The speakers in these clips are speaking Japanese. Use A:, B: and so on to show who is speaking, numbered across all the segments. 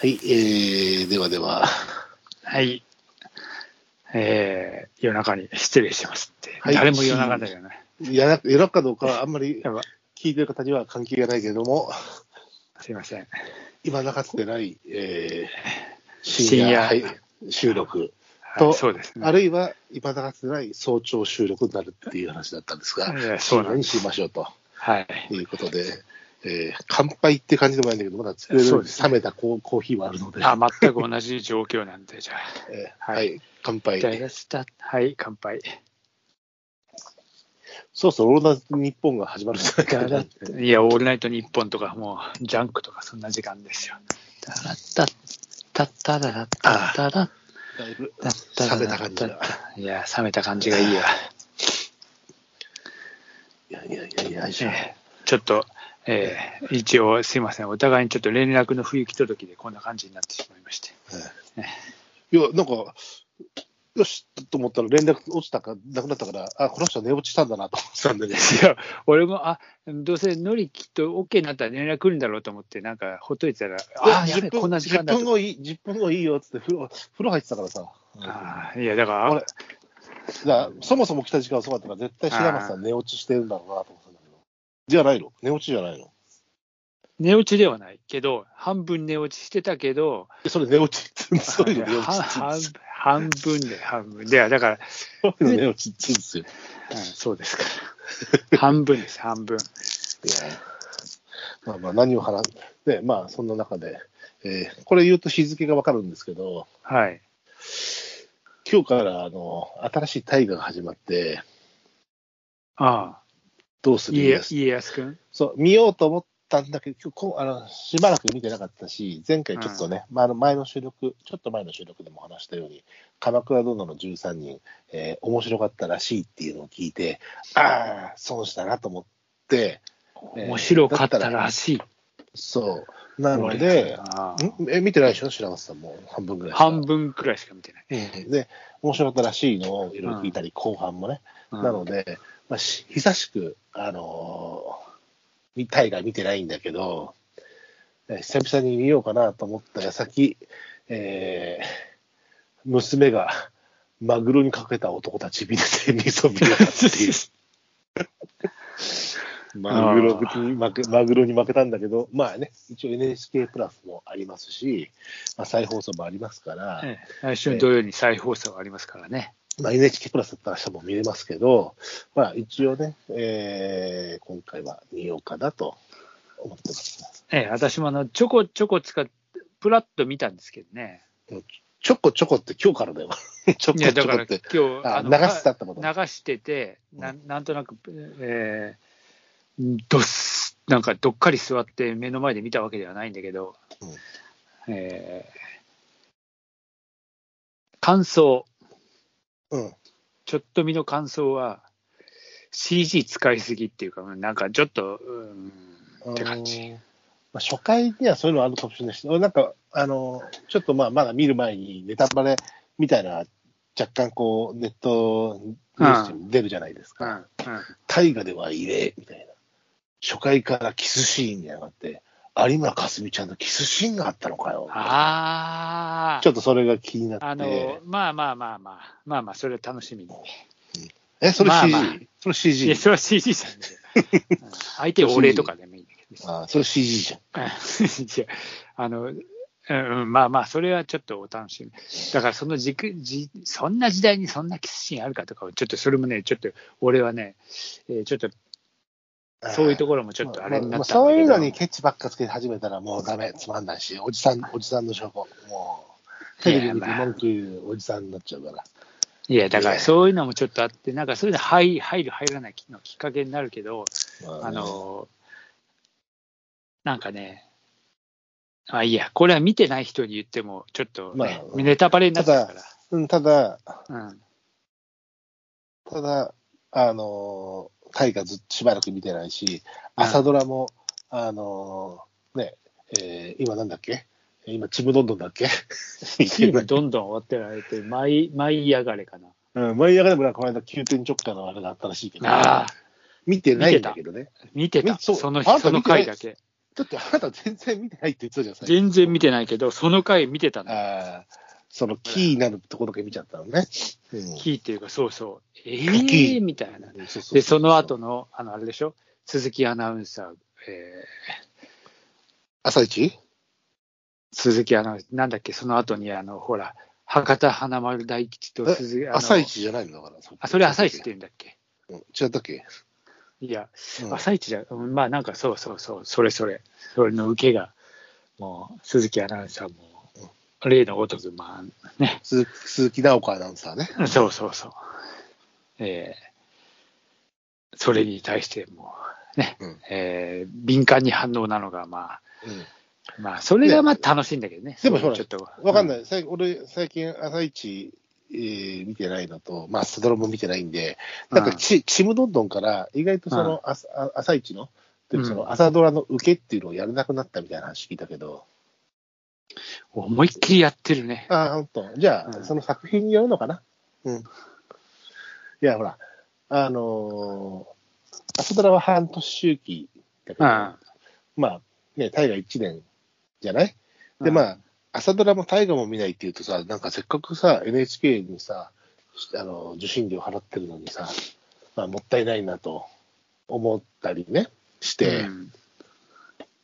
A: はい、えー、ではでは、
B: はい。えー、夜中に失礼しますって。
A: はい
B: 誰も夜中だよね。
A: やら夜中かどうかあんまり
B: やば
A: 聞いてる方には関係がないけれども、
B: すいません。
A: 今流せてない、えー、
B: 深夜
A: はい収録
B: はい
A: と、
B: そうですね。
A: あるいは今流せてない早朝収録になるっていう話だったんですが、
B: いやそうなん
A: に
B: で
A: しましょうと
B: はい。
A: いうことで、えー乾杯って感じでもないんだけど、まだ作れる
B: そうですね
A: 冷めたコーコーヒーはあるので、
B: あ、全く同じ状況なんで、じゃあ。
A: えーは、
B: はいい
A: 乾
B: いただき
A: 杯。
B: ましたはい、乾 杯。
A: そうそう、オールナイト日本が始まるんじゃないかな。
B: いや、オールナイトニッポンとか、もう、ジャンクとか、そんな時間ですよ。タラッタッタッタララッタッタラッ
A: だいぶ
B: タッタラ
A: 冷めた
B: ラッ
A: 感
B: タ
A: じ
B: ッ
A: が。
B: いや、冷めた感じがいいわ。
A: いやいやいやいや、よいしょ
B: えーちょっと、えー一応すいません、お互いにちょっと連絡の不行き届きでこんな感じになってしまいまして。
A: いや、なんか、よしと思ったら連絡落ちたか、なくなったから、あ、この人は寝落ちしたんだなと思ってたんでね。
B: いや、俺も、あどうせのりきっと OK になったら連絡来るんだろうと思って、なんかほっといてたら、あ
A: い
B: やべえ、こんな時間だ
A: 10分
B: と。
A: 後いい、10分後いいよっつって風呂、風呂入ってたからさ。
B: あーいや、だから、
A: 俺だからそもそも来た時間遅かったから、絶対白松さん寝落ちしてるんだろうなと思ってたんだけど。じゃないの寝落ちじゃないの
B: 寝落ちではないけど、半分寝落ちしてたけど、
A: えそれ寝落ちって言うんですそういうの寝落ちって言うんで
B: 半
A: す
B: 半分で、半分で、だから、
A: そういうの寝落ちって言うんですよ。
B: うんそうですから。半分です、半分。
A: いやまあまあ、何を話す。で、まあ、そんな中で、えーこれ言うと日付がわかるんですけど、
B: はい。
A: 今日からあの新しい大河が始まって、
B: ああ、
A: どうする家
B: 家
A: 康
B: 家康くん。
A: そう見ようと思ったんだけど、今日こうあのしばらく見てなかったし、前回ちょっとね、まあ、あの前の収録、ちょっと前の収録でも話したように、鎌倉殿の13人、えー面白かったらしいっていうのを聞いて、ああ、損したなと思って、えー
B: 面白かった
A: だ
B: らしい。
A: そう、なので、
B: ああ
A: んえ見てないでしょ、白松さんも半分ぐらいしか。
B: 半分くらいしか見てない。
A: で、面白かったらしいのをいろいろ聞いたり、後半もね。
B: うん
A: なので、まあ、し久しく、あのー、タイガー見てないんだけど、えー久々に見ようかなと思った矢先、えー娘がマグロにかけた男たち見てて、みそ見やがっていうマグロに負け、マグロに負けたんだけど、まあね、一応 NHK プラスもありますし、まあ、再放送もありますから、
B: ええ来週の土曜に再放送がありますからね。
A: まあ、NHK プラスだったら明日も見れますけど、まあ、一応ね、えー今回は見ようかなと思ってます。
B: ええ、私もあのちょこちょこ使って、プラッと見たんですけどね。
A: ちょこちょこって今日からだよ。 ちょこ
B: い
A: ちょ
B: や、だか
A: こ
B: ら
A: っ
B: 今
A: て。
B: 日、
A: あ
B: あの
A: 流したってこと
B: 流してて、ななんとなく、えーどっすなんかどっかり座って目の前で見たわけではないんだけど、
A: うん
B: えー感想、
A: うん。
B: ちょっと見の感想は、CG 使いすぎっていうか、なんかちょっと、うん、って感じ。
A: まあ、初回にはそういうのあるかもしれないし、俺なんか、あの、ちょっとまあ、まだ見る前にネタバレみたいな、若干こう、ネットニュースに出るじゃないです
B: うんう
A: か。
B: ん
A: 大河では異例みたいな。初回からキスシーンに上がって、有村架純ちゃんのキスシーンがあったのかよ。みたいな
B: ああ
A: ちょっとそれが気になって。
B: あの、まあまあまあまあ、まあまあ、それは楽しみに。
A: え、それ CG?、
B: まあまあ
A: それ
B: いや、
A: CG?
B: それは CG じゃん。うん相手お礼とかでもいいんだけど。
A: あそれ CG じゃん。
B: いや、あの、うんうん、まあまあ、それはちょっとお楽しみ。だから、その時期じ、そんな時代にそんなキスシーンあるかとかを、ちょっとそれもね、ちょっと、俺はね、えーちょっと、そういうところもちょっとあれになったんだけど
A: まあまあそういうのにケチばっかつけ始めたらもうダメ、つまんないし、おじさん、おじさんの証拠。もう、テレビ見て
B: いやまあ
A: 文句言うおじさんになっちゃうから。
B: いや、だから、そういうのもちょっとあって、なんか、そういうの入入る、入らないのきっかけになるけど、
A: ま
B: あ、の、なんかね、あ、いいや、これは見てない人に言っても、ちょっとね、
A: まあ
B: ネタバレになっちゃうか
A: うんただ、
B: ら。うん
A: ただ、あのー、大河ずっとしばらく見てないし、朝ドラも、あのー、ね、えー今なんだっけ今、ちむどんどんだっけ
B: チームどんどん終わってられて、舞い舞い上がれかな。
A: うん、舞い上がればこの間、急転直下のあれがあったらしいけど、
B: ああ、
A: 見てないんだけどね。
B: 見てた、
A: みそう
B: その
A: あんた
B: その
A: 見てない
B: 回だけ。
A: だってあなた全然見てないって言ってたじゃないですか。
B: 全然見てないけど、その回見てたの。
A: あーそのキーになるところだけ見ちゃったのね。うん
B: キーっていうか、そうそう。え
A: キ
B: ーみたいな。
A: そうそう
B: で、その後の、あの、あれでしょ鈴木アナウンサー、え
A: 朝一
B: ー鈴木アナウンサー、なんだっけ、その後に、あの、ほら、博多華丸大吉と鈴木、あの
A: 朝一じゃないのだから。
B: あ、それ朝一って
A: て。
B: 言うんだっけ
A: うん違ったっけ
B: いや、
A: うん
B: 朝一じゃ、うんまあなんかそうそうそう、それそれ、それの受けが、もう、鈴木アナウンサーも、例のごとく、まあね、
A: 鈴木鈴木直子アナウンサーね。
B: そうそうそう、えーそれに対してもう、ね、
A: うん
B: えー敏感に反応なのが、ま
A: うん
B: あ、まあ、それがまあ楽しいんだけどね、
A: でもほら
B: ちょっと、
A: わかん
B: ない。
A: ない、最俺、最近、朝一、えー見てないのと、まあ、スドロも見てないんで、なんか
B: うん
A: ち、ちむどんどんから、意外とその、朝あ朝一の、というかその朝ドラの受けっていうのをやれなくなったみたいな話聞いたけど、
B: 思いっきりやってるね。
A: ああ、本当、じゃあ、
B: うん
A: その作品によるのかな。うん。いや、ほら、あのー朝ドラは半年周期だけ
B: う
A: ど、
B: ん。
A: まあ、ね、大河1年じゃないで、
B: うん
A: まあ、朝ドラも大河も見ないっていうとさ、なんかせっかくさ、NHK にさ、あの受信料払ってるのにさ、まあ、もったいないなと思ったりね、して、
B: うん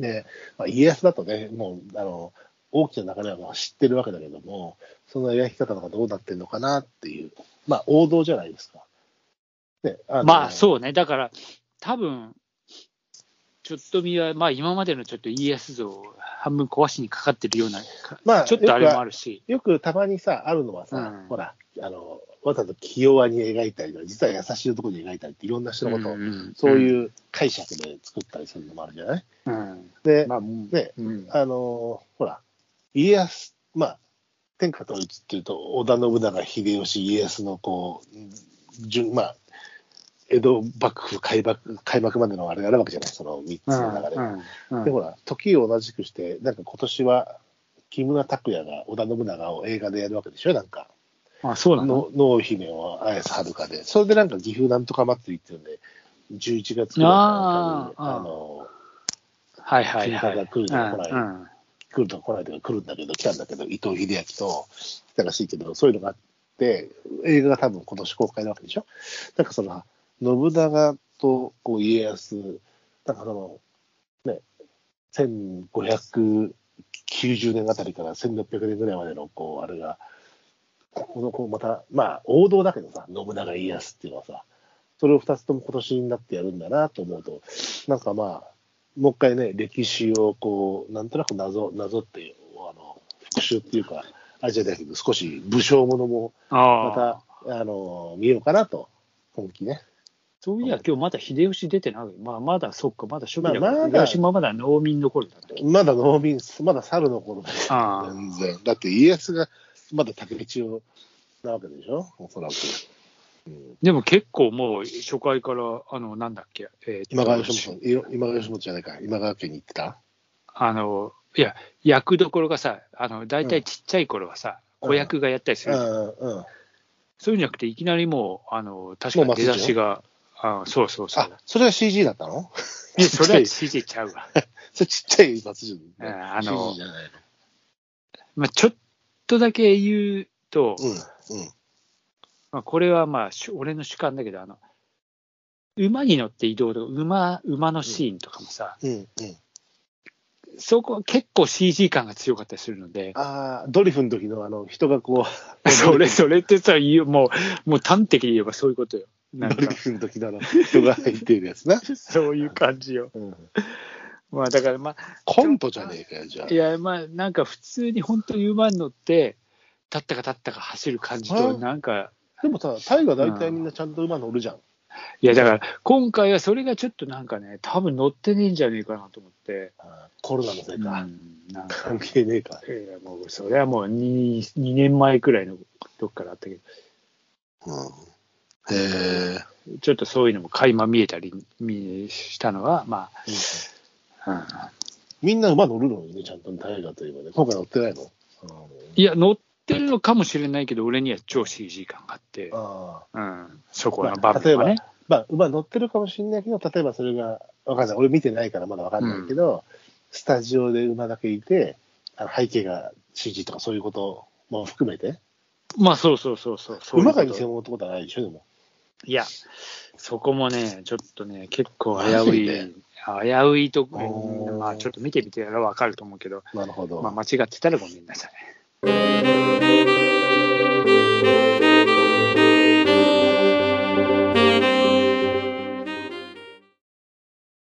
A: で、まあ、家康だとね、もう、あの、大きな流れは知ってるわけだけども、その描き方とかどうなってるのかなっていう、まあ、王道じゃないですか。ね、の
B: まあそうね、だから多分ちょっと見は、まあ、今までのちょっと家康像を半分壊しにかかってるような、か
A: まあ
B: ちょっとあれもあるし、
A: よくたまにさ、あるのはさ、
B: うん
A: ほら、あの、わざと気弱に描いたりとか、実は優しいところに描いたりって、いろんな人のことを、
B: うんうん
A: そういう解釈で作ったりするのもあるじゃない
B: うん
A: で、
B: まあもう
A: ね
B: うん
A: あの、ほら、家康、まあ、天下統一っていうと、織田信長、秀吉、家康のこう、順、まあ、江戸幕府開幕開幕までのあれがあるわけじゃない、その3つ
B: う
A: の流れが。
B: んうん
A: でほら、時を同じくして、なんか今年は木村拓哉が織田信長を映画でやるわけでしょ、なんか、
B: あそうなの
A: の濃姫を綾瀬はるかで、それでなんか岐阜なんとか祭りっていうんで、11月くらい
B: あ
A: か
B: ー
A: ら、あ
B: あー
A: の
B: はいはいはい。
A: 君が来るじゃんほら
B: うんうん
A: 来るとか来ないとか来るんだけど、来たんだけど、伊藤英明と来たらしいけど、そういうのがあって、映画が多分今年公開なわけでしょ。なんかその、信長とこう家康、なんかその、ね、1590年あたりから1600年ぐらいまでの、こう、あれが、ここの、こう、また、まあ、王道だけどさ、信長家康っていうのはさ、それを2つとも今年になってやるんだなと思うと、なんかまあ、もう一回ね、歴史をこう、なんとなくなぞ、なぞっていう、あの、復習っていうか、あれじゃないけど、少し武将ものも、ま
B: ああ
A: た、あの、見ようかなと、本気ね。
B: そういや、今日まだ秀吉出てない。まあ、まだ、そっか、まだ初期だか
A: まあま
B: ら、
A: だ
B: 秀吉もまだ農民の頃だね。
A: まだ農民、まだ猿の頃だよ
B: ああ
A: 全然。だって家康が、まだ竹千代なわけでしょおそらく。うん。
B: でも結構もう、初回から、あの、なんだっけ、えー
A: 今川義元、いろ今川義元じゃないか。今川家に行ってた
B: あの、いや、役どころがさ、あの、大
A: う
B: 体
A: ん
B: ちっちゃい頃はさ、
A: うん
B: 子役がやったりす
A: う
B: る。
A: んうん。
B: そういうんじゃなくて、いきなりもう、あの、確か
A: も
B: に
A: う
B: 出
A: 松
B: だしが、あそうそうそ
A: あ
B: う。、
A: それは CG だったの
B: いや、それは CG ちゃ うわ。
A: それちっちゃい松潤、
B: うんあの
A: CG じゃないの。
B: まあ、ちょっとだけ言うと、
A: うんうん。
B: まあ、これはまあ、し俺の主観だけど、あの、馬に乗って移動とか、馬、馬のシーンとかもさ、
A: うんうん、
B: そこは結構 CG 感が強かったりするので、
A: ああ、ドリフの時のあの人がこう、
B: それ、それってさ、言うもう、もう端的に言えばそういうことよ。な
A: ド
B: ん
A: リ
B: か、
A: フの時のあの人が入ってるやつ な。
B: そういう感じよ。
A: うん、
B: まあ、だからまあ、
A: コントじゃねえかよ、じゃあ
B: い。や、まあ、なんか普通に本当に馬に乗って、立ったか立ったか走る感じ
A: あ
B: と、なんか、
A: でもさ、タイが大体みんなちゃんと馬乗るじゃん。
B: いや、だから今回はそれがちょっとなんかね、多分乗ってねえんじゃねえかなと思って、
A: あーコロナのせ
B: う
A: い
B: ん、
A: か。
B: なんか、
A: 関係ねえか。
B: いやもうそれはもう 2, 2年前くらいのとこからあったけ
A: うん、へえ。
B: ど、ちょっとそういうのも垣間見えたり見したのは、まあ、うん
A: みんな馬乗るのよね、ちゃんとタイガといえばね。今回乗ってないの。
B: いや、乗ってるのかもしれないけど、俺には超 CG 感があって、
A: あ
B: うん、そこ
A: ま
B: の場
A: あ、例え
B: 面は
A: ば
B: ね。、
A: まあ、馬乗ってるかもしれないけど、例えばそれが、わかんない。俺見てないからまだわかんないけど、スタジオで馬だけいて、あの背景が CG とかそういうことも含めて、
B: まあそうそうそうそうそういうこ
A: 馬
B: と
A: が偽物ってことはないでしょ、でも。
B: いや、そこもね、ちょっとね、結構危
A: マ
B: う
A: ジ
B: い、
A: で
B: 危ういとこ、
A: おー
B: まあちょっと見てみてやら分かると思うけど、
A: なるほど。
B: まあ間違ってたらごめんなさい。